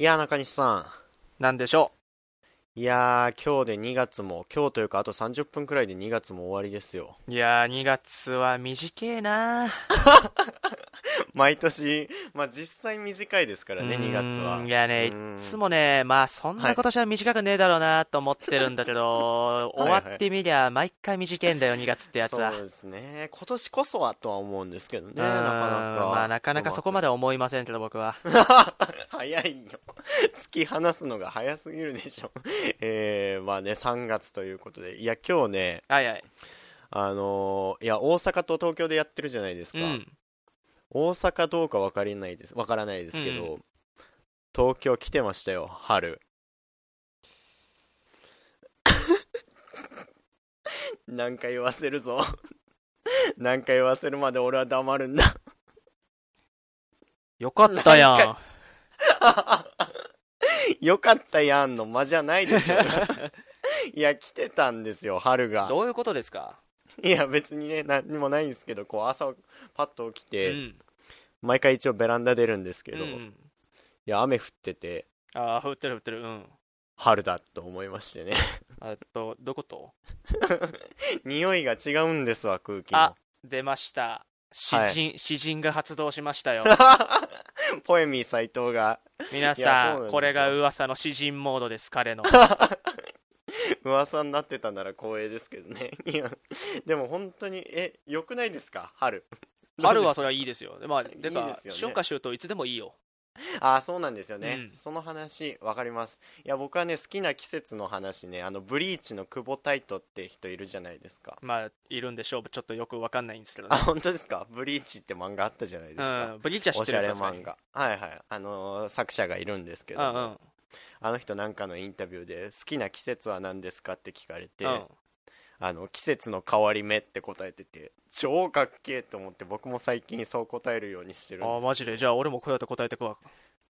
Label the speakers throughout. Speaker 1: いやー、中西さ
Speaker 2: なんでしょ
Speaker 1: ん。いやー、今日で2月も、今日というかあと30分くらいで2月も終わりですよ。
Speaker 2: う。いやー、2月は短えな
Speaker 1: 毎年、まあ実際短いですからね、
Speaker 2: うーん
Speaker 1: 2月は。
Speaker 2: いやね、
Speaker 1: うーん
Speaker 2: いつもね、まあそんな今年は短くねえだろうなと思ってるんだけど、
Speaker 1: はいはい
Speaker 2: 終わってみりゃ毎回短えんだよ、2月ってやつは。
Speaker 1: そう
Speaker 2: う
Speaker 1: ですね。今年こそはとは思うんですけどね、
Speaker 2: ー
Speaker 1: なか
Speaker 2: ん
Speaker 1: なか。
Speaker 2: まあなかなかそこまで思いませんけど、僕は。
Speaker 1: 早いよ。突き放すのが早すぎるでしょ。 えー、まあね、3月ということで。いや、今日ね、
Speaker 2: はいはい。
Speaker 1: あのーいや、大阪と東京でやってるじゃないです
Speaker 2: う
Speaker 1: か。
Speaker 2: ん。
Speaker 1: 大阪どうかわかりないです。わからないですけど、東京来てましたよ、 春。何回言わせるぞ。何回言わせるまで俺は黙るんだ。
Speaker 2: よかったや
Speaker 1: なん
Speaker 2: ん。
Speaker 1: よかったやんの間じゃないで しょ。いや、来てたんですよ、春が。
Speaker 2: どういうことですか
Speaker 1: いや、別にね、何もないんですけど、こう、朝、パッと起き
Speaker 2: う
Speaker 1: て、
Speaker 2: ん。
Speaker 1: 毎回一応ベランダ出るんですけ
Speaker 2: う
Speaker 1: ど、い
Speaker 2: ん。
Speaker 1: や、雨降ってて、
Speaker 2: ああ、降ってる降ってる。うん。
Speaker 1: 春だと思いましてね。
Speaker 2: えっと、どういうこと
Speaker 1: 匂いが違うんですわ、空気の
Speaker 2: あ。出ました。詩人、詩人が発動しま したよ。
Speaker 1: ポエミー斎藤が、 い
Speaker 2: 皆
Speaker 1: やそうな
Speaker 2: さ
Speaker 1: んです
Speaker 2: ん
Speaker 1: よ
Speaker 2: これが噂の詩人モードです彼の
Speaker 1: 噂になってたなら光栄ですけどね。 いや、でも本当に、え、良くないですか、春。
Speaker 2: 春はそれはいいですよでまあで
Speaker 1: いい
Speaker 2: か
Speaker 1: ですよね
Speaker 2: 春夏秋冬いつでもいいよ
Speaker 1: ああそうなんですよね、
Speaker 2: うん
Speaker 1: その話わかりますいや僕はね好きな季節の話ねあのブリーチの久保タイトって人いるじゃないですか
Speaker 2: まあいるんでしょうちょっとよくわかんないんですけど
Speaker 1: あ
Speaker 2: ね
Speaker 1: 本当ですかブリーチって漫画あったじゃないです
Speaker 2: う
Speaker 1: か、
Speaker 2: んブリーチは知
Speaker 1: お
Speaker 2: って
Speaker 1: し
Speaker 2: る
Speaker 1: ゃれ
Speaker 2: さすがに
Speaker 1: 漫画はいはいあのー作者がいるんですけ
Speaker 2: う
Speaker 1: ど、
Speaker 2: んうん
Speaker 1: あの人なんかのインタビューで好きな季節は何ですかって聞かれて、
Speaker 2: うん
Speaker 1: あの季節の変わり目って答えてて超かっけえと思って僕も最近そう答えるようにしてるんです
Speaker 2: あマジでじゃあ俺もこうやって答えてくわ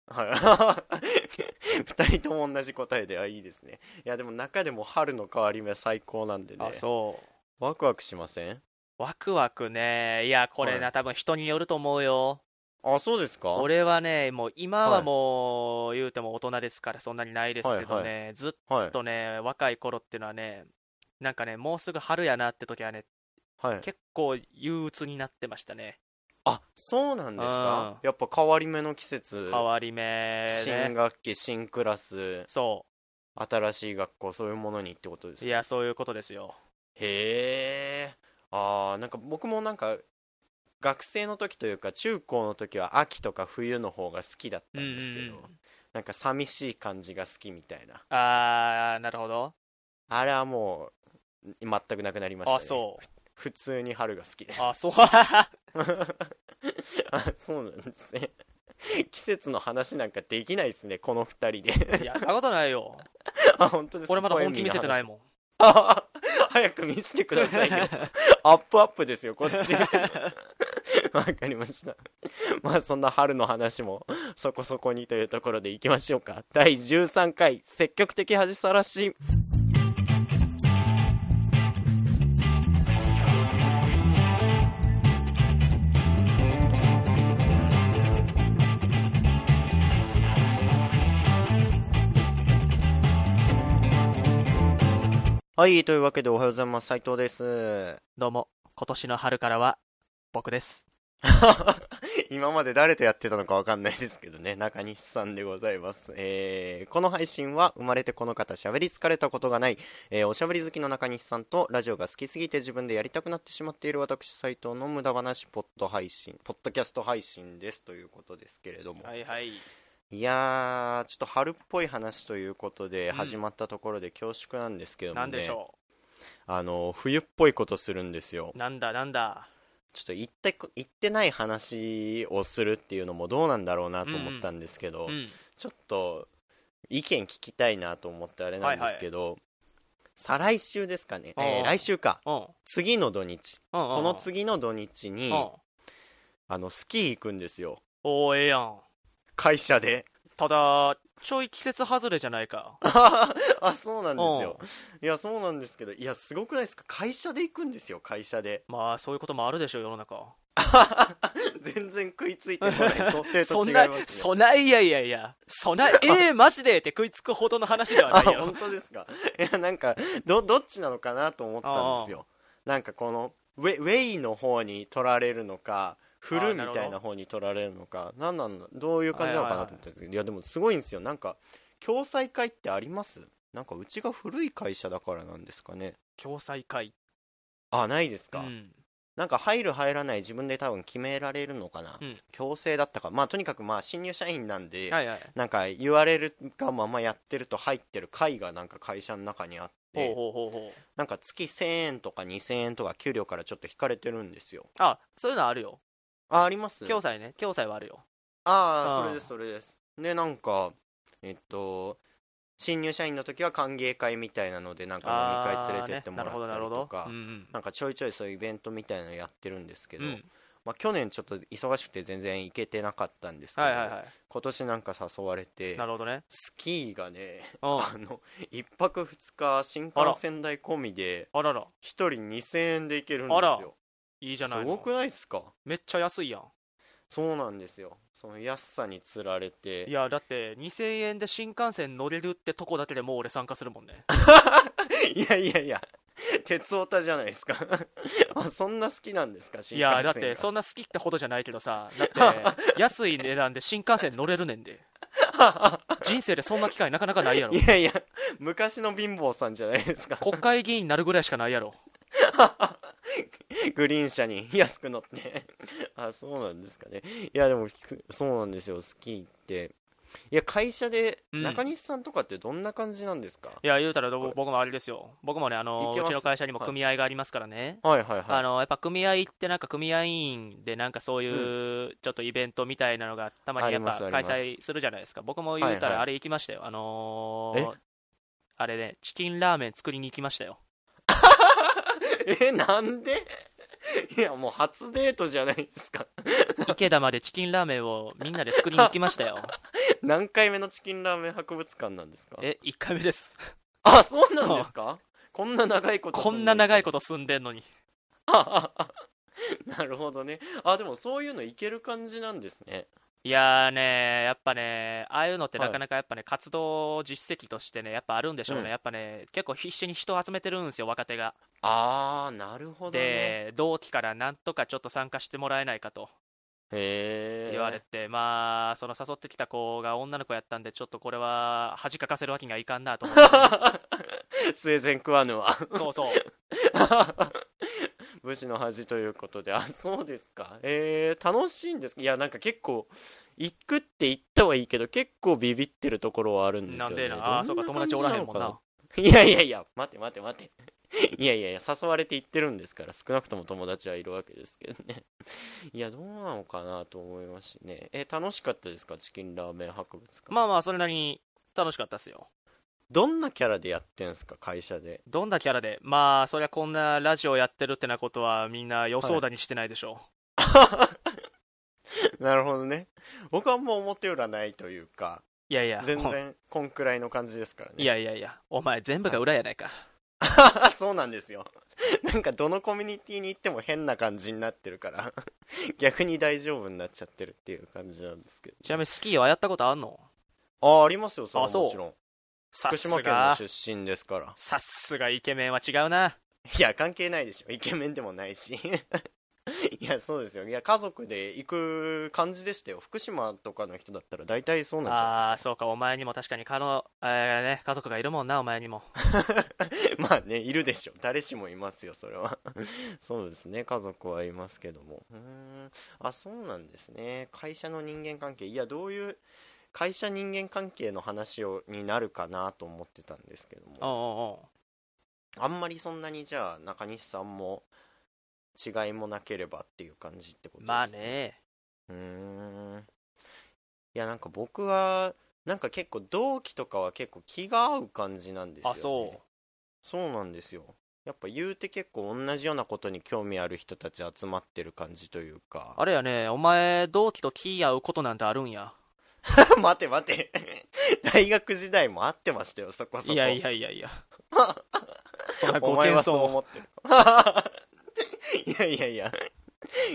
Speaker 1: はい 二人とも同じ答えではいいですねいやでも中でも春の変わり目最高なんでね
Speaker 2: あそう
Speaker 1: ワクワクしません
Speaker 2: ワクワクねいやこれ
Speaker 1: は
Speaker 2: な多分人によると思うよ
Speaker 1: あそうですか
Speaker 2: 俺はねもう今
Speaker 1: は
Speaker 2: はいもう言うても大人ですからそんなにないですけどねずっ
Speaker 1: はい
Speaker 2: とね若い頃ってのはねなんかねもうすぐ春やなって時はね
Speaker 1: はい
Speaker 2: 結構憂鬱になってましたね
Speaker 1: あそうなんですか
Speaker 2: う
Speaker 1: やっぱ変わり目の季節
Speaker 2: 変わり目
Speaker 1: 新
Speaker 2: ね
Speaker 1: 学期新クラス
Speaker 2: そ
Speaker 1: 新しい学校そういうものにってことです
Speaker 2: うい
Speaker 1: か
Speaker 2: やそういうことですよ
Speaker 1: へえあーなんか僕もなんか学生の時というか中高の時は秋とか冬の方が好きだったんですけど、
Speaker 2: うんうんうん
Speaker 1: なんか寂しい感じが好きみたいな
Speaker 2: ああなるほど
Speaker 1: あれはもう全くなくなりました、ね、
Speaker 2: あそう
Speaker 1: 普通に春が好き で
Speaker 2: あそう
Speaker 1: あそうなんですね 季節の話なんかできないですねこの二人で
Speaker 2: いやそんなことない よ
Speaker 1: あ本当ですか
Speaker 2: 俺まだ本気見せてない
Speaker 1: ん
Speaker 2: もん
Speaker 1: 早く見せてください よアップアップですよこっち わかりましたまあそんな春の話もそこそこにというところでいきましょうか第13回積極的恥さらしはいというわけでおはようございます斉藤です
Speaker 2: どうも今年の春からは僕です
Speaker 1: 今まで誰とやってたのかわかんないですけどね、中西さんでございます。えーこの配信は生まれてこの方喋り疲れたことがない、えーおしゃべり好きの中西さんとラジオが好きすぎて自分でやりたくなってしまっている私斉藤の無駄話ポッド配信、ポッドキャスト配信ですということですけれども。
Speaker 2: いはい
Speaker 1: いやー、ちょっと春っぽい話ということで
Speaker 2: うん
Speaker 1: 始まったところで恐縮なんですけどもね、
Speaker 2: なんでしょ
Speaker 1: あの、冬っぽいことするんですよ
Speaker 2: う。なんだなんだ
Speaker 1: ちょっと言ってこ言ってない話をするっていうのもどうなんだろうなと思ったんですけど、
Speaker 2: うん
Speaker 1: ちょっと意見聞きたいなと思ってあれなんですけど、再来週ですかね、えー
Speaker 2: ああ
Speaker 1: 来週か
Speaker 2: うん
Speaker 1: 次の土日こ
Speaker 2: こ
Speaker 1: の次の土日に
Speaker 2: お
Speaker 1: あのスキー行くんですよ
Speaker 2: おーええやん
Speaker 1: 会社で
Speaker 2: ただちょい季節外れじゃないか
Speaker 1: あそうなんですよいやそうなんですけどいやすごくないですか会社で行くんですよ会社で
Speaker 2: まあそういうこともあるでしょう世の中
Speaker 1: 全然食いついてこ ない想定と
Speaker 2: そ
Speaker 1: 違
Speaker 2: ん
Speaker 1: いま
Speaker 2: な
Speaker 1: すね、
Speaker 2: そないやいやいやそ なえー、マジでって食いつくほどの話では
Speaker 1: あ
Speaker 2: ない よ
Speaker 1: 本当ですかいやなんかどどっちなのかなと思ったんですよなんかこのウェウェイの方に取られるのか振るみたいな方に取られるのかなんなんだどういう感じなのかなと思ったんですけどいやでもすごいんですよなんか共済会ってありますなんかうちが古い会社だからなんですかね
Speaker 2: 共済会
Speaker 1: あないです
Speaker 2: う
Speaker 1: か、
Speaker 2: ん
Speaker 1: なんか入る入らない自分で多分決められるのかな、
Speaker 2: うん
Speaker 1: 強制だったかまあとにかくまあ新入社員なんで、
Speaker 2: はいはい
Speaker 1: なんか言われるがままやってると入ってる会がなんか会社の中にあっ
Speaker 2: ほ
Speaker 1: て
Speaker 2: うほうほうほう
Speaker 1: なんか月1000円とか2000円とか給料からちょっと引かれてるんですよ
Speaker 2: あそういうのあるよ
Speaker 1: ああります
Speaker 2: 共済ね共済はあるよ
Speaker 1: ああ
Speaker 2: あー
Speaker 1: それですそれですでなんかえっと新入社員の時は歓迎会みたいなのでなんか飲み
Speaker 2: あ
Speaker 1: 会連
Speaker 2: ー
Speaker 1: れて
Speaker 2: ね
Speaker 1: っても
Speaker 2: な
Speaker 1: ら
Speaker 2: るほど
Speaker 1: っ
Speaker 2: な
Speaker 1: た
Speaker 2: る
Speaker 1: り
Speaker 2: ほ
Speaker 1: と
Speaker 2: ど
Speaker 1: か、
Speaker 2: うんうん
Speaker 1: なんかちょいちょいそういうイベントみたいなのやってるんですけど、
Speaker 2: うん
Speaker 1: まあ、去年ちょっと忙しくて全然行けてなかったんですけど、
Speaker 2: はいはいは
Speaker 1: 今年なんか誘われ
Speaker 2: い
Speaker 1: て
Speaker 2: なるほどね
Speaker 1: スキーがね
Speaker 2: うん
Speaker 1: あの1泊2日新幹線代込みで
Speaker 2: あらら
Speaker 1: 1人2000円で行けるん
Speaker 2: あ
Speaker 1: で
Speaker 2: ら
Speaker 1: すよ
Speaker 2: いいじゃない
Speaker 1: す
Speaker 2: の
Speaker 1: ごくないですか
Speaker 2: めっちゃ安いやん
Speaker 1: そうなんですよその安さにつられて
Speaker 2: いやだって2000円で新幹線乗れるってとこだけでもう俺参加するもんね
Speaker 1: いやいやいや鉄オタじゃないですか あそんな好きなんですか 新幹
Speaker 2: い
Speaker 1: 線が
Speaker 2: やだってそんな好きってほどじゃないけどさだ って安い値段で新幹線乗れるねんで人生でそんな機会なかなかないやろ
Speaker 1: いやいや昔の貧乏さんじゃないですか
Speaker 2: 国会議員になるぐらいしかないやろ
Speaker 1: グリーン車に安く乗ってあそうなんですかねいやでもそうなんですよスキーっていや会社で
Speaker 2: うん
Speaker 1: 中西さんとかってどんな感じなんですか、
Speaker 2: いや言うたらど
Speaker 1: こ
Speaker 2: こ
Speaker 1: れ
Speaker 2: 僕もあれですよ僕もねあの
Speaker 1: いけま
Speaker 2: う
Speaker 1: す
Speaker 2: ちの会社にも組合がありますからね、
Speaker 1: はいはいはい
Speaker 2: あのやっぱ組合ってなんか組合員でなんかそういうちょっとイベントみたいなのがたまにやっ
Speaker 1: ありますあ
Speaker 2: ぱ
Speaker 1: りま
Speaker 2: 開
Speaker 1: す
Speaker 2: 催するじゃないですか僕も言
Speaker 1: は
Speaker 2: うた
Speaker 1: いは
Speaker 2: ら
Speaker 1: い
Speaker 2: あれ行きましたよあのーあれねチキンラーメン作りに行きましたよ
Speaker 1: えなんでいやもう初デートじゃないですか
Speaker 2: 池田までチキンラーメンをみんなで作りに行きまし たよ
Speaker 1: 何回目のチキンラーメン博物館なんですか
Speaker 2: え1回目です
Speaker 1: あそうなんですかこんな長いこと
Speaker 2: こんな長い
Speaker 1: こ
Speaker 2: こと住んでんのに
Speaker 1: と なるほどねあでもそういうのいける感じなんですね
Speaker 2: いやーねやっぱねああいうのって
Speaker 1: はい
Speaker 2: なかなかやっぱね、活動実績としてねやっぱあるんでしょうね、
Speaker 1: うん
Speaker 2: やっぱね結構必死に人を集めてるんですよ若手が
Speaker 1: あーなるほどね
Speaker 2: で同期からなんとかちょっと参加してもらえないかと
Speaker 1: へえ
Speaker 2: 言われて、まあその誘ってきた子が女の子やったんでちょっとこれは恥かかせるわけにはいかんなと思っ て
Speaker 1: スウェーデン食わぬは
Speaker 2: そうそう
Speaker 1: 武士の恥ということであそうですかえー、楽しいんですかいやなんか結構行くって言ったはいいけど結構ビビってるところはあるんですよ
Speaker 2: な
Speaker 1: ね
Speaker 2: んでなあーそうか友達おらへんもんない
Speaker 1: やいやいや待て待て待て いやいやいや誘われて行ってるんですから少なくとも友達はいるわけですけどね いやどうなのかなと思いますしねえ楽しかったですかチキンラーメン博物館
Speaker 2: まあまあそれなりに楽しかったっすよ
Speaker 1: どんなキャラでやってんすか会社 で
Speaker 2: どんなキャラでまあそりゃこんなラジオやってるってなことはみんな予想だにしてないでしょう、
Speaker 1: なるほどね僕はもう表裏ないというか
Speaker 2: い、やいや
Speaker 1: 全
Speaker 2: こん
Speaker 1: 然こんくらいの感じですからね
Speaker 2: いやいやいやお前全部が裏やないか、
Speaker 1: そうなんですよ なんかどのコミュニティに行っても変な感じになってるから 逆に大丈夫になっちゃってるっていう感じなんですけど
Speaker 2: ちなみにスキーはやったことあんの
Speaker 1: ああありますよそれは
Speaker 2: あそう
Speaker 1: もちろん
Speaker 2: さ
Speaker 1: 福
Speaker 2: す
Speaker 1: 島県の
Speaker 2: が
Speaker 1: 出身ですから
Speaker 2: さすがイケメンは違うない
Speaker 1: や関係ないでしょイケメンでもないし いやそうですよいや家族で行く感じでしたよ福島とかの人だったら大体そうなんじ
Speaker 2: あ
Speaker 1: ゃ
Speaker 2: あーそうかお前にも確かに彼の、えーね、家族がいるもんなお 前にも
Speaker 1: ないですか まあねいるでしょ誰しもいますよそれ はそうですね家族はいますけどもうーんあそうなんですね会社の人間関係いやどういう会社人間関係の話をになるかなと思ってたんですけども
Speaker 2: おうおうお
Speaker 1: あんまりそんなにじゃあ中西さんも違いもなければっていう感じってこと
Speaker 2: う
Speaker 1: です
Speaker 2: まあね
Speaker 1: うーんいやなんか僕はなんか結構同期とかは結構気が合う感じなんですよ、
Speaker 2: あ
Speaker 1: ね、
Speaker 2: そう
Speaker 1: そうなんですよやっぱ言うて結構同じようなことに興味ある人たち集まってる感じというか
Speaker 2: あれやねお前同期と気合うことなんてある んや
Speaker 1: 待て待て 大学時代も会ってましたよそこそこ
Speaker 2: いやいやい やいやそんな
Speaker 1: お
Speaker 2: ご
Speaker 1: 前は
Speaker 2: 謙
Speaker 1: そう
Speaker 2: 遜を
Speaker 1: 思ってるいやいやいや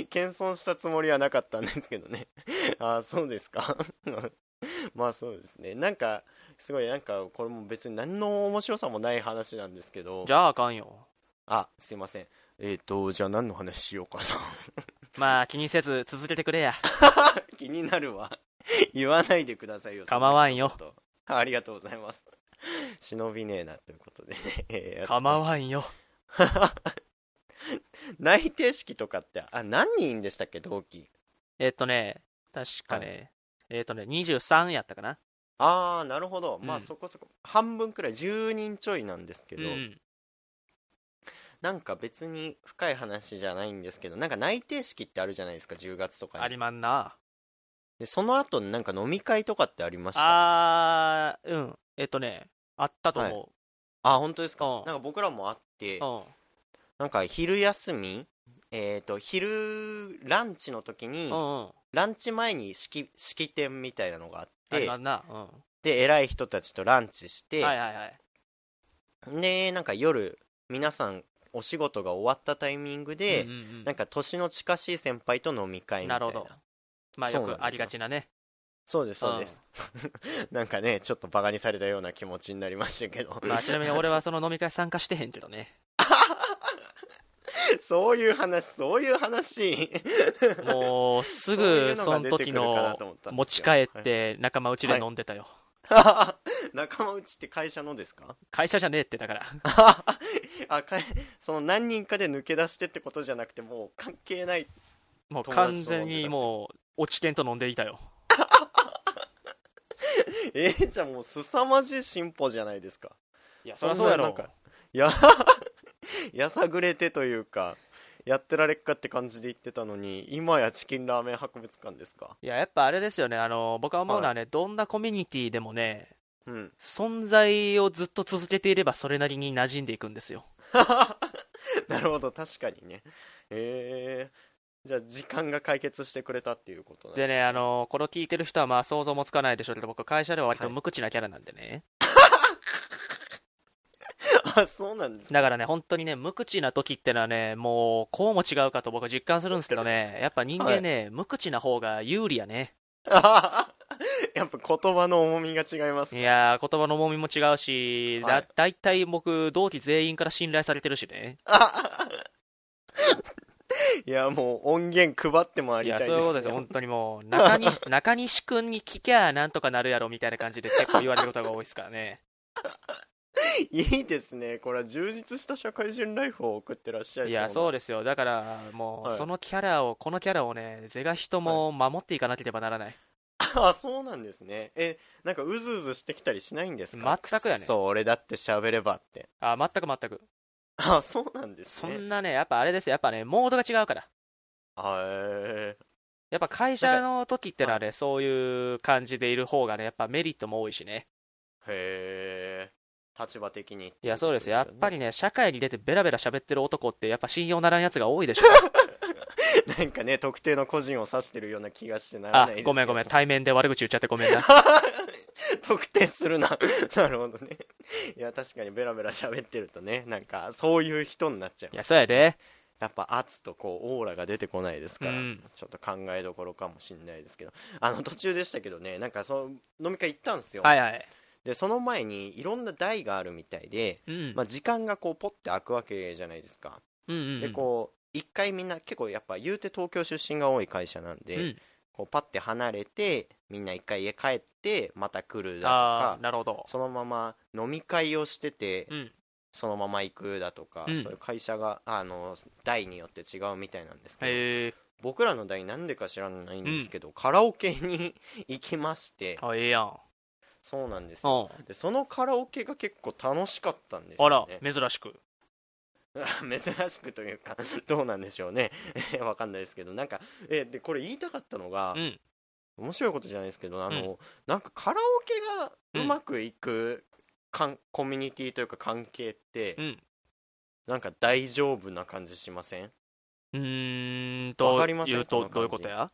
Speaker 1: 謙遜したつもりはなかったんですけどねああそうですか まあそうですねなんかすごいなんかこれも別に何の面白さもない話なんですけど
Speaker 2: じゃああかんよ
Speaker 1: あすいませんえっ、とじゃあ何の話しようかな
Speaker 2: まあ気にせず続けてく れや
Speaker 1: 気になるわ 言わないでくださいよ
Speaker 2: 構わんよ
Speaker 1: そなことありがとうございます忍びねえなということでね、 えーやってます
Speaker 2: 構わんよ
Speaker 1: 内定式とかってあ何人でしたっけ同期
Speaker 2: えっとね確かね、えっとね23やったかな
Speaker 1: ああなるほど、ま
Speaker 2: う
Speaker 1: あ
Speaker 2: ん
Speaker 1: そこそこ半分くらい10人ちょいなんですけど、
Speaker 2: うん
Speaker 1: なんか別に深い話じゃないんですけどなんか内定式ってあるじゃないですか10月とか
Speaker 2: あ
Speaker 1: に
Speaker 2: りまんな
Speaker 1: でその後なんか飲み会とかってありましたあ
Speaker 2: あーうんえっとねあったと思
Speaker 1: あ本当ですか、
Speaker 2: うん
Speaker 1: なんか僕らもあって、
Speaker 2: う、うん
Speaker 1: なんか昼休みえっ、と昼ランチの時に、
Speaker 2: うんうん
Speaker 1: ランチ前に式式典みたいなのがあっ
Speaker 2: あり
Speaker 1: て
Speaker 2: まんな、う
Speaker 1: で偉い人たちとランチして、
Speaker 2: ん、はいはいはい
Speaker 1: でなんか夜皆さんお仕事が終わったタイミングで、
Speaker 2: うんうんうん
Speaker 1: なんか年の近しい先輩と飲み会みた
Speaker 2: な
Speaker 1: な
Speaker 2: いるほどまあよ
Speaker 1: そうなんです
Speaker 2: く
Speaker 1: よ
Speaker 2: ありがちなね
Speaker 1: そうですそうです、 なんかねちょっとバカにされたような気持ちになりましたけど、
Speaker 2: まあちなみに俺はその飲み会参加してへんけどね
Speaker 1: そういう話そういう話
Speaker 2: もうす
Speaker 1: そうい
Speaker 2: ぐ
Speaker 1: うの
Speaker 2: そ
Speaker 1: が
Speaker 2: の
Speaker 1: 出てく
Speaker 2: 時
Speaker 1: るかな
Speaker 2: の
Speaker 1: と思ったん
Speaker 2: 持
Speaker 1: で
Speaker 2: ち
Speaker 1: すよ
Speaker 2: 帰って仲間内で飲んでたよ、
Speaker 1: 仲間内って会社のですか
Speaker 2: 会社じゃねえって だから
Speaker 1: あかいその何人かで抜け出してってことじゃなくてもう関係ない
Speaker 2: もう
Speaker 1: 友達と飲ん
Speaker 2: 完
Speaker 1: でた
Speaker 2: 全にもう落ち券と飲んでいたよ
Speaker 1: えーじゃあもう凄まじい進歩じゃないですか
Speaker 2: いやそ
Speaker 1: そ
Speaker 2: り
Speaker 1: り
Speaker 2: ゃ
Speaker 1: ゃ
Speaker 2: そ
Speaker 1: そうう
Speaker 2: や
Speaker 1: やろ
Speaker 2: ろ
Speaker 1: や やさぐれてというかやってられっかって感じで言ってたのに今やチキンラーメン博物館ですか
Speaker 2: いややっぱあれですよねあの僕は思うのはね、どんなコミュニティでもね
Speaker 1: うん
Speaker 2: 存在をずっと続けていればそれなりに馴染んでいくんですよ
Speaker 1: なるほど確かにねえー、じゃあ時間が解決してくれたっていうことなん
Speaker 2: でねあのこれを聞いてる人はまあ想像もつかないでしょうけど僕会社では割と無口なキャラなんでね、
Speaker 1: あそうなんですね
Speaker 2: だからね、本当にね、無口な時ってのはね、もう、こうも違うかと僕は実感するんですけどね、やっぱ人間ね、無口な方が有利やね。
Speaker 1: あやっぱ言葉の重みが違います
Speaker 2: い
Speaker 1: ね
Speaker 2: やー、言葉の重みも違うし、
Speaker 1: は
Speaker 2: だ
Speaker 1: い、
Speaker 2: 大体僕、同期全員から信頼されてるしね。
Speaker 1: いやもう音源配ってもあ
Speaker 2: い
Speaker 1: りた
Speaker 2: や、
Speaker 1: いで
Speaker 2: そう
Speaker 1: す
Speaker 2: いうことですよ、本当にもう、中西、 中西くんに聞きゃなんとかなるやろみたいな感じで結構言われることが多いですからね。
Speaker 1: いいですねこれは充実した社会人ライフを送ってらっしゃい
Speaker 2: いや、そう
Speaker 1: で
Speaker 2: ですよ、だから、もう、
Speaker 1: はい
Speaker 2: そのキャラを、このキャラをね、是が人も守っていかなければならない。
Speaker 1: すあそうなんですねえなんかうずうずしてきたりしないんですか
Speaker 2: 全くやね
Speaker 1: くっそ俺だって喋ればって
Speaker 2: あ、全く全く。
Speaker 1: あそうなんです
Speaker 2: そ
Speaker 1: ね
Speaker 2: んなね、やっぱあれですよ、やっぱね、モードが違うから。
Speaker 1: あえ
Speaker 2: やっぱ会社の時ってのはね、そういう感じでいる方がね、やっぱメリットも多いしね。
Speaker 1: ーへえ立場的に
Speaker 2: いや、そうですよ。やっぱ
Speaker 1: り
Speaker 2: りね、社会に出てベラベラ喋ってる男って、やっぱ信用ならんやつが多いでしょ。
Speaker 1: なんかね特定の個人を指してるような気がして なら
Speaker 2: あ
Speaker 1: ないですけ、ど
Speaker 2: ごめんごめん。対面で悪口言っちゃってご めんな。
Speaker 1: 特定するな なるほどねいや確かにベラベラ喋ってるとねなんかそういう人になっちゃう
Speaker 2: いや、そうやで。
Speaker 1: やっぱ圧とこうオーラが出てこないですから、
Speaker 2: うん
Speaker 1: ちょっと考えどころかもしれないですけどあの途中でしたけどねなんかその飲み会行ったんですよ、
Speaker 2: はいはい。
Speaker 1: でその前にいろんな台があるみたいで、
Speaker 2: うん。
Speaker 1: まあ、時間がこうポッて開くわけじゃないですか
Speaker 2: うんうんうん
Speaker 1: でこう一回みんな結構やっぱ言うて東京出身が多い会社なんで、
Speaker 2: うん
Speaker 1: こうパッて離れてみんな一回家帰ってまた来るだと
Speaker 2: あ
Speaker 1: か
Speaker 2: ーなるほど。
Speaker 1: そのまま飲み会をしてて、
Speaker 2: うん
Speaker 1: そのまま行くだとか、
Speaker 2: うん
Speaker 1: そういう会社があの代によって違うみたいなんですけど、
Speaker 2: へえ
Speaker 1: 僕らの代なんでか知らないんですけど、カラオケに行きまして
Speaker 2: あ、ええやん。
Speaker 1: そうなんです
Speaker 2: う
Speaker 1: よ
Speaker 2: ん。
Speaker 1: でそのカラオケが結構楽しかったんです
Speaker 2: あ
Speaker 1: よ
Speaker 2: ら
Speaker 1: ね、
Speaker 2: 珍しく。
Speaker 1: 珍しくというかどうなんでしょうね わかんないですけどなんかえでこれ言いたかったのが、
Speaker 2: うん
Speaker 1: 面白いことじゃないですけどあの、
Speaker 2: う
Speaker 1: なんかカラオケがうまくいくかんコミュニティというか関係って、
Speaker 2: うん
Speaker 1: なんか大丈夫な感じしません
Speaker 2: うーん
Speaker 1: わ
Speaker 2: と
Speaker 1: かり、ません
Speaker 2: 言うと
Speaker 1: この感、じ
Speaker 2: どういうことや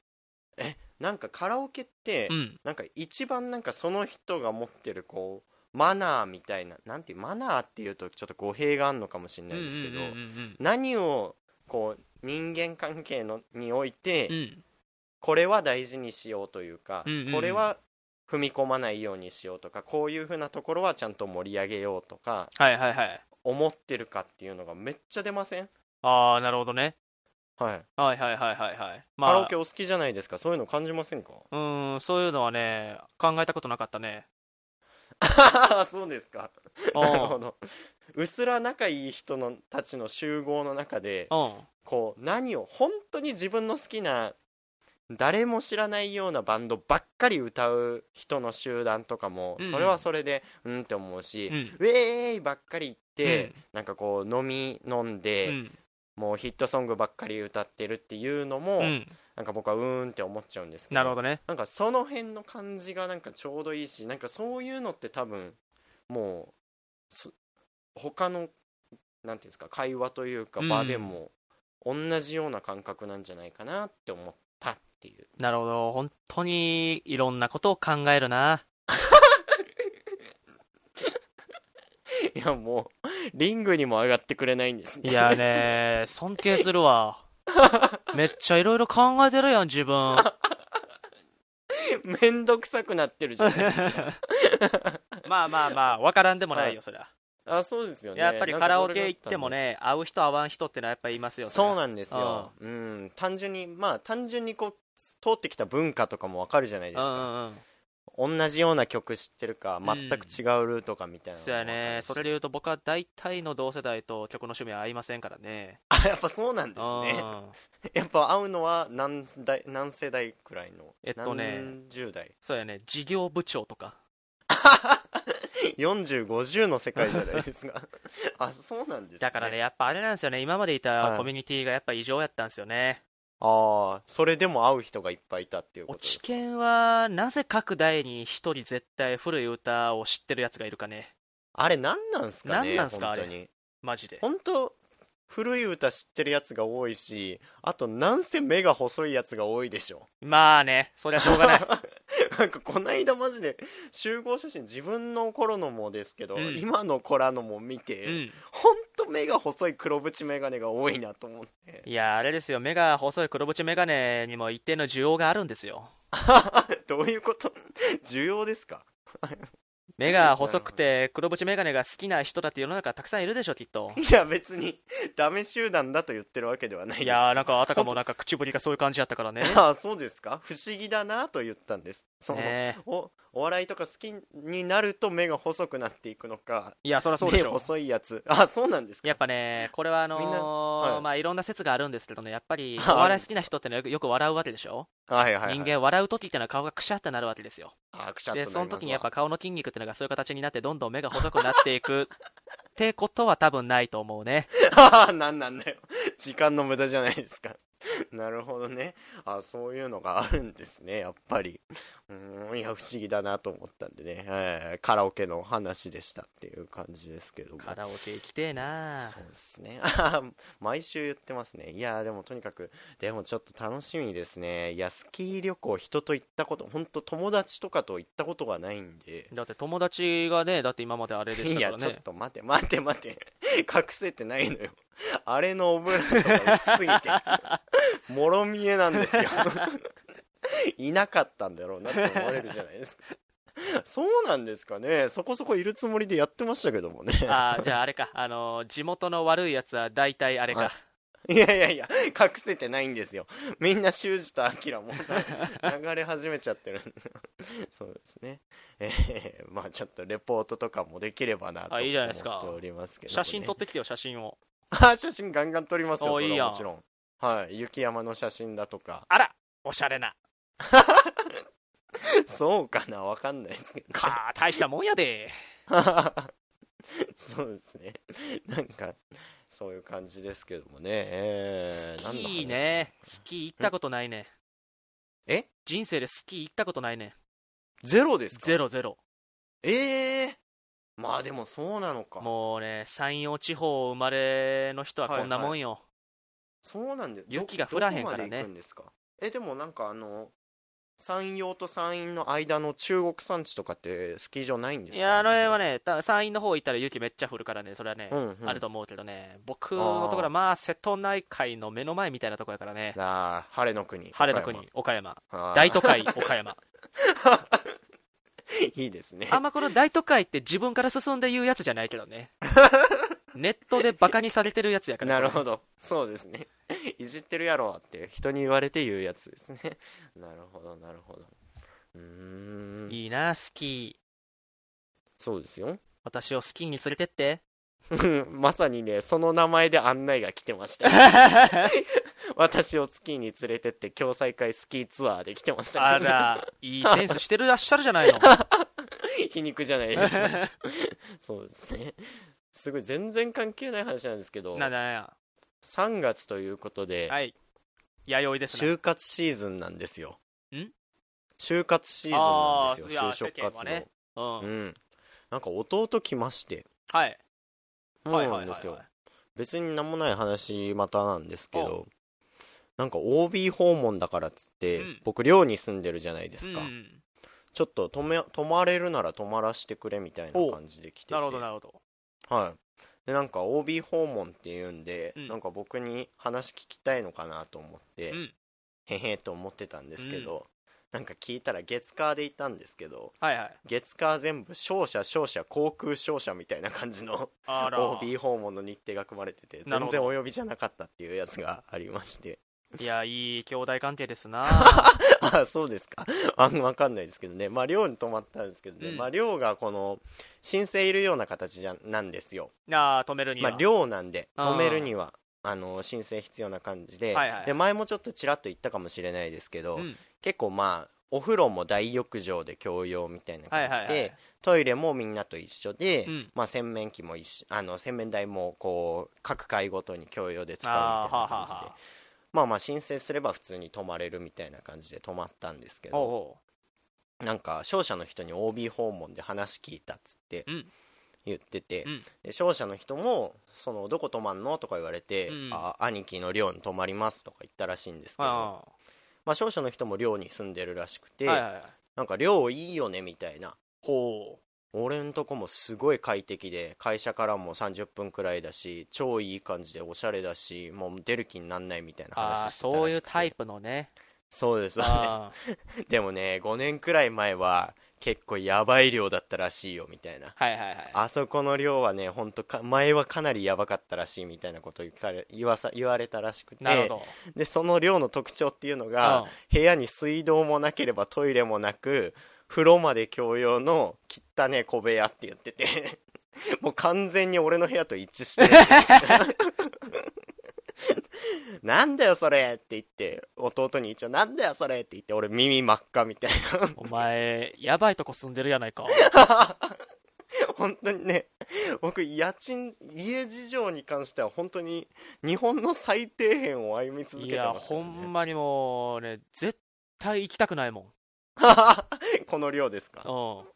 Speaker 1: なんかカラオケって、
Speaker 2: うん。
Speaker 1: なんか一番なんかその人が持ってるこうマナーみたいななんていうマナーっていうとちょっと語弊があるのかもしれないですけど、
Speaker 2: うんうんうんうんうん
Speaker 1: 何をこう人間関係のにおいて、
Speaker 2: うん
Speaker 1: これは大事にしようというか、
Speaker 2: うんうんうん
Speaker 1: これは踏み込まないようにしようとかこういうふうなところはちゃんと盛り上げようとか
Speaker 2: はいはいはい
Speaker 1: 思ってるかっていうのがめっちゃ出ません
Speaker 2: ああなるほどね
Speaker 1: はい、
Speaker 2: はいはいはいはいはいま
Speaker 1: カラオ
Speaker 2: あ
Speaker 1: ケお好きじゃないですかそういうの感じませ んか
Speaker 2: うーんそういうのはね考えたことなかったね
Speaker 1: そうですか
Speaker 2: う ん
Speaker 1: なるほどうっすら仲いい人のたちの集合の中で
Speaker 2: うん
Speaker 1: こう何を本当に自分の好きな誰も知らないようなバンドばっかり歌う人の集団とかも
Speaker 2: うんうん
Speaker 1: それはそれでうんって思うし、
Speaker 2: うん
Speaker 1: ウェーイばっかり言って、
Speaker 2: うん
Speaker 1: なんかこう飲み飲んで、
Speaker 2: うん
Speaker 1: もうヒットソングばっかり歌ってるっていうのも、
Speaker 2: うん
Speaker 1: なんか僕はうーんって思っちゃうんですけど
Speaker 2: なるほどね
Speaker 1: なんかその辺の感じがなんかちょうどいいしなんかそういうのって多分もうす他のなんていうんですか会話というか
Speaker 2: うん
Speaker 1: 場でも同じような感覚なんじゃないかなって思ったっていう
Speaker 2: なるほど本当にいろんなことを考えるない
Speaker 1: やもうリングにも上がってくれないんですね
Speaker 2: いやね尊敬するわめっちゃいろいろ考えてるやん自分
Speaker 1: めんどくさくなってるじゃないですか
Speaker 2: まあまあまあ分からんでもない
Speaker 1: は
Speaker 2: よそりゃ
Speaker 1: あそうですよね
Speaker 2: やっぱり
Speaker 1: なんか
Speaker 2: カラ
Speaker 1: そ
Speaker 2: オ
Speaker 1: れ
Speaker 2: ケ行ってもね会う人会わん人ってのはやっぱりいますよ
Speaker 1: そう
Speaker 2: れは
Speaker 1: なんですよ、うん、単純にまあ単純にこう通ってきた文化とかもわかるじゃないですか、
Speaker 2: うんうんうん
Speaker 1: 同じような曲知ってるか
Speaker 2: うん
Speaker 1: 全く違うルートかみたいなの
Speaker 2: そう
Speaker 1: も
Speaker 2: や
Speaker 1: わか
Speaker 2: ね
Speaker 1: るし
Speaker 2: それで言うと僕は大体の同世代と曲の趣味は合いませんからね
Speaker 1: あやっぱそうなんです
Speaker 2: う
Speaker 1: ね
Speaker 2: ん
Speaker 1: やっぱ会うのは何代何世代くらいの
Speaker 2: えっとね
Speaker 1: 何十代
Speaker 2: そうやね事業部長とか
Speaker 1: 4050の世界じゃないです かあそうなんです、ね、
Speaker 2: だからねやっぱあれなんですよね今までいた
Speaker 1: はい
Speaker 2: コミュニティがやっぱ異常やったんですよね、
Speaker 1: ああそれでも会う人がいっぱいいたっていうこ
Speaker 2: お
Speaker 1: とです
Speaker 2: 知見はなぜ各代に一人絶対古い歌を知ってるやつがいるかね
Speaker 1: あれ何なんすかね
Speaker 2: 何なんすか
Speaker 1: 本
Speaker 2: あ
Speaker 1: 当
Speaker 2: れ
Speaker 1: に
Speaker 2: マジで
Speaker 1: 本当古い歌知ってるやつが多いしあとなんせ目が細いやつが多いでしょ
Speaker 2: まあねそりゃしょうがない
Speaker 1: なんかこないだマジで集合写真自分の頃のもですけど、
Speaker 2: うん
Speaker 1: 今の子らのも見て、
Speaker 2: うん
Speaker 1: ほんと目が細い黒縁眼鏡が多いなと思って
Speaker 2: いやあれですよ目が細い黒縁眼鏡にも一定の需要があるんですよ
Speaker 1: どういうこと 需要ですか
Speaker 2: 目が細くて黒縁眼鏡が好きな人だって世の中たくさんいるでしょきっと
Speaker 1: いや別にダメ集団だと言ってるわけではないです
Speaker 2: いやーなんかあたかもなんか口ぶりがそういう感じやったからね
Speaker 1: あそうですか不思議だなと言ったんです その、
Speaker 2: ね
Speaker 1: おお笑いとか好きになると目が細くなっていくのか
Speaker 2: いやそりゃそうで
Speaker 1: 目
Speaker 2: しょ
Speaker 1: 細いやつあそうなんですか
Speaker 2: やっぱねこれはあの
Speaker 1: みんな
Speaker 2: ー
Speaker 1: はい
Speaker 2: まあいろんな説があるんですけどねやっぱり
Speaker 1: はい
Speaker 2: お笑い好きな人ってのはよくよく笑うわけでしょ
Speaker 1: はいはい、はい、
Speaker 2: 人間笑う時ってのは顔がくしゃってなるわけですよ
Speaker 1: あくしゃっとなり
Speaker 2: で
Speaker 1: ます
Speaker 2: そ
Speaker 1: わ
Speaker 2: の時にやっぱ顔の筋肉ってのがそういう形になってどんどん目が細くなっていくってことは多分ないと思う ね
Speaker 1: ああ、なんなんだよ。時間の無駄じゃないですか。なるほどね。あそういうのがあるんですね、やっぱり。うーん、いや、不思議だなと思ったんでね、えーカラオケの話でしたっていう感じですけども。
Speaker 2: カラオケ行きてえな
Speaker 1: そうですね。 あー毎週言ってますね。いやー、でもとにかく、でもちょっと楽しみですね。いや、スキー旅行、人と行ったこと、本当友達とかと行ったことがないんで。
Speaker 2: だって友達がねだって今まであれでし
Speaker 1: い
Speaker 2: た
Speaker 1: や、
Speaker 2: から
Speaker 1: ちょっ
Speaker 2: ね
Speaker 1: と待て待て 待て。隠せてないのよ。あれのオブラートが薄すぎて。 もろ見えなんですよ。 いなかったんだろうなって思われるじゃないですか。そうなんですかね。そこそこいるつもりでやってましたけどもね。
Speaker 2: ああじゃああれかあのー地元の悪いやつは大体あれ
Speaker 1: はい
Speaker 2: か
Speaker 1: いやいやいや、隠せてないんですよ。みんな修二とアキラも流れ始めちゃってるんですよ。 そうですね。えーまあちょっとレポートとかもできればなと
Speaker 2: あ
Speaker 1: 思
Speaker 2: いいじゃないですか
Speaker 1: っておりますけどもね、
Speaker 2: 写真撮ってきてよ写真を
Speaker 1: あ写真ガンガン撮りますよそ
Speaker 2: お
Speaker 1: れはい
Speaker 2: いやん
Speaker 1: もちろんはい雪山の写真だと か
Speaker 2: あらおしゃれな
Speaker 1: そうかなわ かんないですけど
Speaker 2: かー大したもんやで
Speaker 1: そうですねなんかそういう感じですけどもねえー
Speaker 2: スキ
Speaker 1: 何の話
Speaker 2: ーねスキー行ったことないね
Speaker 1: え
Speaker 2: 人生でスキー行ったことないね
Speaker 1: ゼロですか
Speaker 2: ゼロゼロ
Speaker 1: ええー、まあでもそうなのか
Speaker 2: もうね山陽地方生まれの人はこんなもんよ、
Speaker 1: そうなんです
Speaker 2: 雪が降らへんからね
Speaker 1: どこまで行くんですかえでもなんかあの山陽と山陰の間の中国山地とかってスキー場ないんです
Speaker 2: い
Speaker 1: か
Speaker 2: やあれはねた山陰の方行ったら雪めっちゃ降るからねそれはね、
Speaker 1: うんうん
Speaker 2: あると思うけどね僕のところはまあ瀬戸内海の目の前みたいなところやからね
Speaker 1: あー晴れの国
Speaker 2: 晴れの国岡山
Speaker 1: 岡山あー
Speaker 2: 大都 会岡山
Speaker 1: いいですね
Speaker 2: あんまこの大都会って自分から進んで言うやつじゃないけど ねネットでバカにされてるやつやか
Speaker 1: な
Speaker 2: ら
Speaker 1: る
Speaker 2: ど
Speaker 1: ほどそうですねいじってるやろって人に言われて言うやつですねなるほどなるほどうーん
Speaker 2: いいなスキー
Speaker 1: そうですよ
Speaker 2: 私をスキーに連れてって
Speaker 1: まさにねその名前で案内が来てました 私をスキーに連れてって共済会スキーツアーで来てました
Speaker 2: あ
Speaker 1: けど
Speaker 2: らいいセンスしてるらっしゃるじゃないの
Speaker 1: 皮肉じゃないです かそうですねすごい全然関係ない話なんですけど
Speaker 2: なんだなん
Speaker 1: 3月ということで
Speaker 2: だはい弥生ですね
Speaker 1: 就活シーズンなんですよ
Speaker 2: ん
Speaker 1: 就活シーズンなんですよ
Speaker 2: あーい
Speaker 1: 就
Speaker 2: や
Speaker 1: 職
Speaker 2: 世間
Speaker 1: 活動、
Speaker 2: はねうん
Speaker 1: うんなんか弟来まして
Speaker 2: はい
Speaker 1: そ
Speaker 2: は
Speaker 1: う
Speaker 2: い
Speaker 1: な
Speaker 2: はい
Speaker 1: んで
Speaker 2: はい
Speaker 1: すよ
Speaker 2: は
Speaker 1: 別になんもない話またなんですけ
Speaker 2: お
Speaker 1: どなんか OB 訪問だからっつって、
Speaker 2: うん
Speaker 1: 僕寮に住んでるじゃないで
Speaker 2: い
Speaker 1: す
Speaker 2: うん
Speaker 1: か、
Speaker 2: うん
Speaker 1: ちょっと泊め泊まれるなら泊まらしてくれみたいな感じで来てて
Speaker 2: なるほどなるほど
Speaker 1: はい。で、なんか OB 訪問っていうんで、
Speaker 2: うん
Speaker 1: なんか僕に話聞きたいのかなと思って、
Speaker 2: うん
Speaker 1: へへと思ってたんですけど、なんか聞いたら月火でいたんですけど、
Speaker 2: はいはい
Speaker 1: 月火全部商社商社航空商社みたいな感じの
Speaker 2: あら
Speaker 1: OB 訪問の日程が組まれてて、全
Speaker 2: なるほど
Speaker 1: 然お呼びじゃなかったっていうやつがありま して。
Speaker 2: いやいい兄弟関係で すな
Speaker 1: あ、そうですか。あんわかんないですけどね。まあ寮に泊まったんですけどね、
Speaker 2: うん
Speaker 1: まあ寮がこの申請いるような形じゃなんですよ。
Speaker 2: なあ止めるに
Speaker 1: ま
Speaker 2: は
Speaker 1: あ、量なんで
Speaker 2: あー
Speaker 1: 止めるにはあの申請必要な感じで,、
Speaker 2: はいはい
Speaker 1: で前もちょっとちらっと言ったかもしれないですけど、
Speaker 2: うん
Speaker 1: 結構まあお風呂も大浴場で共用みたいな
Speaker 2: はい
Speaker 1: 感
Speaker 2: はい
Speaker 1: じで、
Speaker 2: はい
Speaker 1: トイレもみんなと一緒で、
Speaker 2: うん
Speaker 1: まあ、洗面器も一緒あの洗面台もこう各回ごとに共用で使うみ
Speaker 2: あ
Speaker 1: た
Speaker 2: ー
Speaker 1: い
Speaker 2: は
Speaker 1: な
Speaker 2: あは
Speaker 1: 感
Speaker 2: あ
Speaker 1: じで
Speaker 2: はあ
Speaker 1: まあまあ申請すれば普通に泊まれるみたいな感じで泊まったんですけど
Speaker 2: おうお
Speaker 1: なんか商社の人に OB 訪問で話聞いたっつって
Speaker 2: うん
Speaker 1: 言ってて、
Speaker 2: うん
Speaker 1: で商社の人もその「どこ泊まんの?」とか言われて「
Speaker 2: うん
Speaker 1: あ兄貴の寮に泊まります」とか言ったらしいんです
Speaker 2: う
Speaker 1: けど
Speaker 2: あ
Speaker 1: まあ、商社の人も寮に住んでるらしく
Speaker 2: あ
Speaker 1: て、
Speaker 2: はいはいはい
Speaker 1: なんか寮いいよねみたいな
Speaker 2: ほ
Speaker 1: 俺んとこもすごい快適で会社からも30分くらいだし超いい感じでおしゃれだしもう出る気になんないみたいな
Speaker 2: うああ
Speaker 1: 話してたらしくて
Speaker 2: そういうタイプのね
Speaker 1: そうですそうです
Speaker 2: あー
Speaker 1: でもね5年くらい前は結構やばい量だったらしいよみたいな
Speaker 2: はいはいはい
Speaker 1: あそこの量はね、本当か前はかなりやばかったらしいみたいなことを言かれ言わさ言われたらしくて
Speaker 2: なるほど
Speaker 1: で、その量の特徴っていうの
Speaker 2: う
Speaker 1: が
Speaker 2: ん、
Speaker 1: 部屋に水道もなければトイレもなく、風呂まで共用の汚ね小部屋って言ってて、 もう完全に俺の部屋と一致して るなんだよそれって言って弟に一応なんだよそれって言って俺耳真っ赤みたいな
Speaker 2: お前やばいとこ住んでるやないか
Speaker 1: 本当にね僕家賃家事情に関しては本当に日本の最底辺を歩み続
Speaker 2: い
Speaker 1: けて
Speaker 2: や
Speaker 1: ますか
Speaker 2: ほ
Speaker 1: らね、
Speaker 2: んまにもうね絶対行きたくないも
Speaker 1: この量ですか
Speaker 2: んうん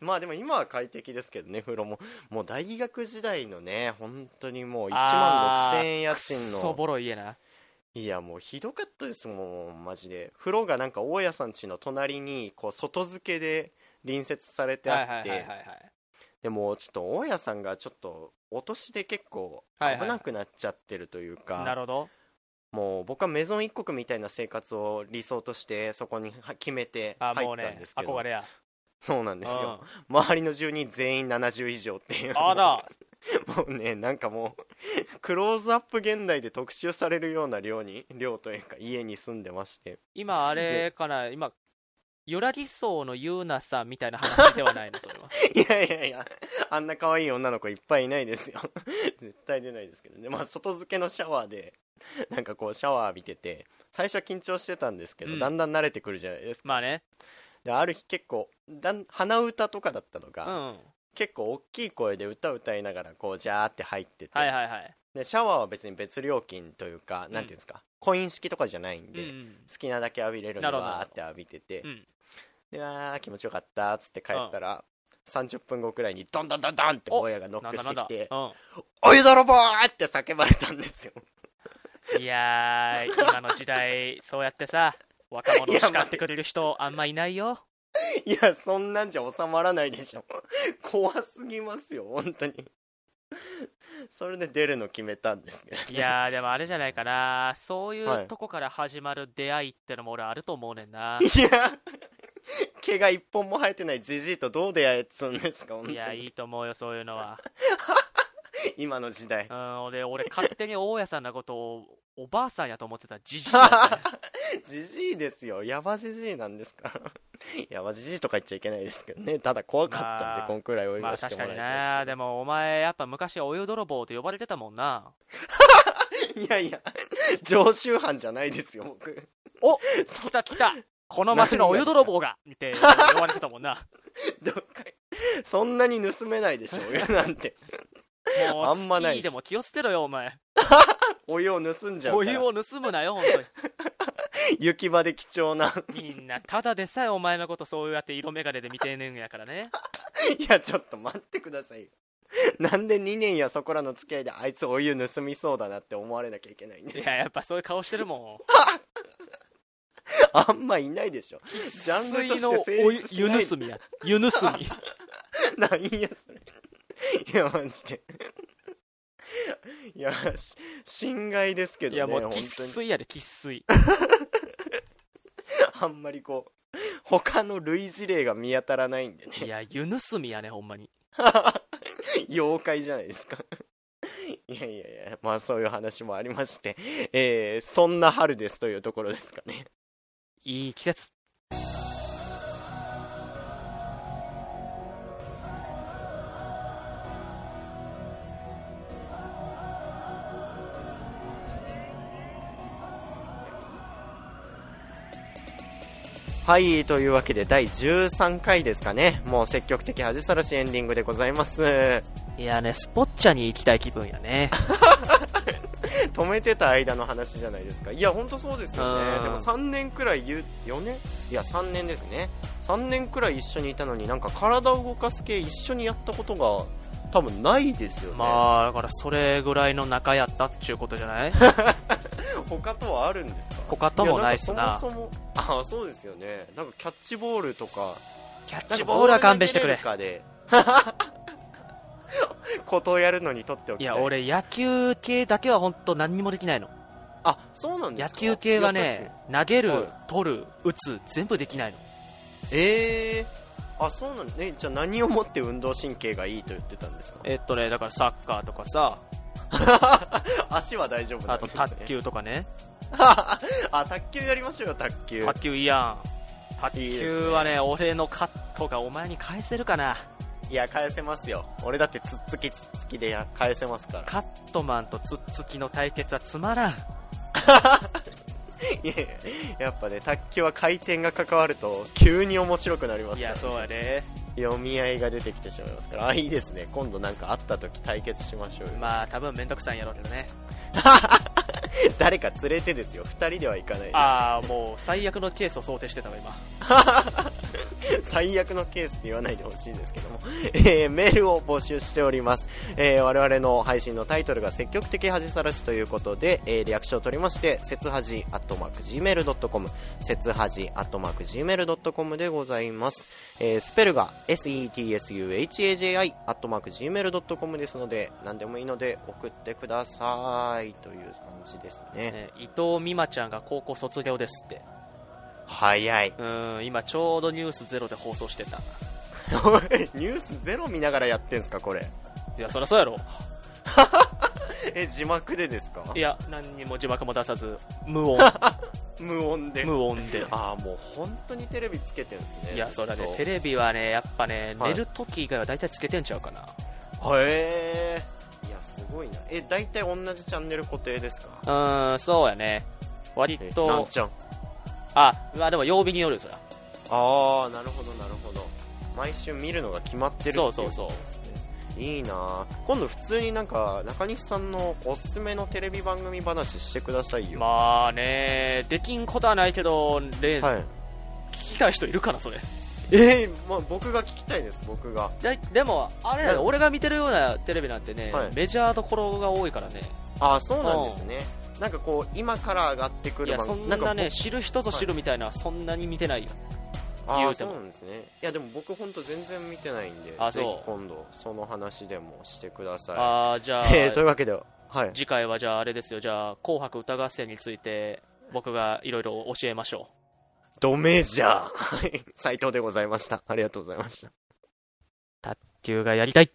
Speaker 1: まあでも今は快適ですけどね風呂ももう大学時代のね本当にもう1
Speaker 2: あ
Speaker 1: 万
Speaker 2: ー
Speaker 1: 6000円家
Speaker 2: くっ
Speaker 1: 賃
Speaker 2: そ
Speaker 1: の
Speaker 2: ボロい家ない
Speaker 1: やもうひどかったですもんマジで風呂がなんか大家さん家の隣にこう外付けで隣接されて
Speaker 2: はい
Speaker 1: あ
Speaker 2: は
Speaker 1: っ
Speaker 2: いはい
Speaker 1: て
Speaker 2: はいはい
Speaker 1: でもちょっと大家さんがちょっとお年で結構
Speaker 2: はいはい
Speaker 1: 危なくなっちゃってるというか、
Speaker 2: なるほど
Speaker 1: もう僕はメゾン一国みたいな生活を理想としてそこには決めて入
Speaker 2: あも
Speaker 1: っ
Speaker 2: う
Speaker 1: たん
Speaker 2: ね
Speaker 1: ですけど、
Speaker 2: 憧れや
Speaker 1: そうなん
Speaker 2: う
Speaker 1: で
Speaker 2: ん
Speaker 1: すよ、周りの住人全員70以上っていう
Speaker 2: あら
Speaker 1: もうねなんかもうクローズアップ現代で特集されるような寮に寮というか家に住んでまして
Speaker 2: 今あれかな今よらぎそうのゆうなさんみたいな話ではないのそれ は
Speaker 1: いやいやいや、あんな可愛い女の子いっぱいいないですよ。 絶対出ないですけどね。まあ、外付けのシャワーで、なんかこう、シャワー浴びてて、最初は緊張してたんですけど、
Speaker 2: うん
Speaker 1: だんだん慣れてくるじゃないですか。
Speaker 2: まあね
Speaker 1: で、ある日結構、だん鼻歌とかだったの
Speaker 2: うん
Speaker 1: が、
Speaker 2: はい
Speaker 1: 結構大きい声で歌歌いながら、こう、ジャーって入ってて、
Speaker 2: はいはい
Speaker 1: で、シャワーは別に別料金というか、なんていうんですか、コイン式とかじゃないん
Speaker 2: う
Speaker 1: で、
Speaker 2: ん
Speaker 1: 好きなだけ浴びれるの
Speaker 2: なるほど
Speaker 1: わーって浴びてて、
Speaker 2: うん
Speaker 1: であー気持ちよかったっつって帰ったら、30分後くらいにドンドンドンドンって親がノッ
Speaker 2: なん
Speaker 1: ク
Speaker 2: だ
Speaker 1: し
Speaker 2: な
Speaker 1: て
Speaker 2: ん
Speaker 1: き
Speaker 2: だ
Speaker 1: て
Speaker 2: うん
Speaker 1: 「お湯泥棒!」って叫ばれたんですよ
Speaker 2: いやー、今の時代、そうやってさ、若者を叱ってくれる人あんまいないよ
Speaker 1: いやそんなんじゃ収まらないでしょ 怖すぎますよ本当にそれで出るの決めたんですけどね、
Speaker 2: いやーでもあれじゃないかなそうい
Speaker 1: は
Speaker 2: う
Speaker 1: い
Speaker 2: とこから始まる出会いってのも俺あると思うね んな
Speaker 1: いや毛が一本も生えてないじじいとどう出会えっつうんですか本当
Speaker 2: いや
Speaker 1: に
Speaker 2: いいと思うよそういう のは
Speaker 1: 今の時代
Speaker 2: うん俺俺勝手に大家さんのことをおばあさんやと思ってたじ じいだったね
Speaker 1: じじいですよヤバじじいなんですから ヤバじじいとか言っちゃいけないですけどねただ怖かったんで、
Speaker 2: まあ
Speaker 1: こんくらいお
Speaker 2: ま
Speaker 1: 祝
Speaker 2: あ
Speaker 1: いして
Speaker 2: 確
Speaker 1: もら
Speaker 2: か
Speaker 1: いたい
Speaker 2: に
Speaker 1: です
Speaker 2: なでもお前やっぱ昔はお湯泥棒と呼ばれてたもんな い
Speaker 1: やいや常習犯じゃないですよ僕
Speaker 2: 来た来たこの町のお湯泥 棒がって呼ばれてたもんな
Speaker 1: どっかいそんなに盗めないでしょうよなん て
Speaker 2: もう
Speaker 1: あ
Speaker 2: スキ
Speaker 1: んまないし
Speaker 2: ーでも気をつけろよお前
Speaker 1: お湯を盗んじゃう
Speaker 2: お
Speaker 1: か
Speaker 2: 湯
Speaker 1: ら
Speaker 2: を盗むなよ本当に
Speaker 1: 行き場で貴重な
Speaker 2: みんなただでさえお前のことそうやって色眼鏡で見てんねんやからね
Speaker 1: いやちょっと待ってくださいよなんで2年やそこらの付き合いであいつお湯盗みそうだなって思われなきゃいけ ないん
Speaker 2: い
Speaker 1: で
Speaker 2: ややっぱそういう顔してるも
Speaker 1: あんまいないでしょ
Speaker 2: ん
Speaker 1: ジャンルとして
Speaker 2: 水の
Speaker 1: 成
Speaker 2: お
Speaker 1: 立しない
Speaker 2: 湯盗みや湯盗み
Speaker 1: なんやそれいやマジでいやし侵害ですけど
Speaker 2: い
Speaker 1: ね
Speaker 2: やもう
Speaker 1: 本当
Speaker 2: 喫
Speaker 1: に
Speaker 2: 水やで喫水
Speaker 1: あんまりこう他の類似例が見当たらないんでね
Speaker 2: いや湯盗みやねほんまに
Speaker 1: 妖怪じゃないですかいやいやいやまあそういう話もありまして、えーそんな春ですというところですかね
Speaker 2: いい季節
Speaker 1: はいというわけで第13回ですかねもう積極的恥さらしエンディングでございます
Speaker 2: いやねスポッチャに行きたい気分やね
Speaker 1: 止めてた間の話じゃないですかいやほんとそうですよね
Speaker 2: うん
Speaker 1: でも3年くらい言う4年いや3年ですね3年くらい一緒にいたのになんか体を動かす系一緒にやったことが多分ないですよね、
Speaker 2: まあだからそれぐらいの仲やったっちゅうことじゃない
Speaker 1: 他とはあるんですか
Speaker 2: 他ともないし
Speaker 1: やんか
Speaker 2: な
Speaker 1: そもそもあそうですよねなんかキャッチボールとか
Speaker 2: キャッチボールは勘弁してくれ
Speaker 1: なんかボール投げるかで ことをやるのにとってお
Speaker 2: い
Speaker 1: きたい
Speaker 2: や俺野球系だけは本当何にもできないの
Speaker 1: あそうなんで
Speaker 2: 野
Speaker 1: すか
Speaker 2: 球系はね投げ
Speaker 1: は
Speaker 2: る
Speaker 1: い
Speaker 2: 取る打つ全部できないの
Speaker 1: ええー、あそうなんねじゃあ何をもって運動神経がいいと言ってたんですか
Speaker 2: えっとねだからサッカーとかさ
Speaker 1: 足は大丈夫な
Speaker 2: あ
Speaker 1: んで
Speaker 2: と
Speaker 1: す、ね、
Speaker 2: 卓球とかね
Speaker 1: あ卓球やりましょうよ卓球
Speaker 2: 卓球いいやん卓
Speaker 1: いいですね
Speaker 2: 球はね俺のカットがお前に返せるかない
Speaker 1: や返せますよ俺だってつっつきつっつきでや返せます から
Speaker 2: カットマンとツッツキの対決はつまらん
Speaker 1: いやいややっぱね卓球は回転が関わると急に面白くなります
Speaker 2: い
Speaker 1: から
Speaker 2: やそうやで
Speaker 1: 読み合いが出てきてしまいますからあいいですね今度なんか会った時対決しましょうよ、
Speaker 2: まあ多分めんどくさいんやろうけどね
Speaker 1: 誰か連れてですよ2人では行かないです
Speaker 2: ああもう最悪のケースを想定してたわ今
Speaker 1: 最悪のケースって言わないでほしいんですけども、 えーメールを募集しております、えー我々の配信のタイトルが積極的恥さらしということで、えー略称を取りまして節恥アットマーク Gmail.com 節恥アットマーク Gmail.com でございます、えースペルが SETSUHAJI アットマーク Gmail.com ですので何でもいいので送ってくださいという感じですね
Speaker 2: ね伊藤美誠ちゃんが高校卒業ですって
Speaker 1: 早い
Speaker 2: うん今ちょうど「ニュースゼロで放送してた
Speaker 1: おいニュースゼロ見ながらやってんすかこれ
Speaker 2: いやそりゃそうやろ
Speaker 1: え字幕でですか
Speaker 2: いや何にも字幕も出さず 無音
Speaker 1: 無音で
Speaker 2: 無音で
Speaker 1: ああもう本当にテレビつけてんすね
Speaker 2: いやそりゃねテ
Speaker 1: レ
Speaker 2: レビはねやっぱね
Speaker 1: はい
Speaker 2: 寝るとき以外は大体つけてんちゃうかな
Speaker 1: へえいやすごいなえ大体同じチャンネル固定ですか
Speaker 2: うーんそうやね割
Speaker 1: えなん
Speaker 2: と
Speaker 1: ちゃん
Speaker 2: あまあでも曜日によるよそりゃ
Speaker 1: ああなるほどなるほど毎週見るのが決まってるってい
Speaker 2: そうそうそう
Speaker 1: ことですねいいなあ今度普通になんか中西さんのおすすめのテレビ番組話してくださいよ、
Speaker 2: まあねできんことはないけど例、
Speaker 1: はい
Speaker 2: 聞きたい人いるかなそれ
Speaker 1: えーまあ、僕が聞きたいです僕が
Speaker 2: ででもあれやね
Speaker 1: うん
Speaker 2: 俺が見てるようなテレビなんてね、
Speaker 1: はい
Speaker 2: メジャーどころが多いからね
Speaker 1: ああそうなんですねなんかこう今から上がってく
Speaker 2: い
Speaker 1: る
Speaker 2: や
Speaker 1: 番
Speaker 2: そんなね
Speaker 1: か
Speaker 2: 知る人ぞ知るみたいな、そんなに見てないよ
Speaker 1: 僕あ
Speaker 2: 言
Speaker 1: ー
Speaker 2: うて
Speaker 1: そ
Speaker 2: も
Speaker 1: うなんですねいやでも僕本当全然見てないんで
Speaker 2: あ
Speaker 1: ぜひ
Speaker 2: そう
Speaker 1: 今度その話でもしてくださ
Speaker 2: ああじゃあ
Speaker 1: い、えー、というわけではい
Speaker 2: 次回はじゃああれですよじゃあ「紅白歌合戦」について僕がいろいろ教えましょ
Speaker 1: ドメジ ャーはい斉藤でございましたありがとうございました
Speaker 2: う卓球がやりたい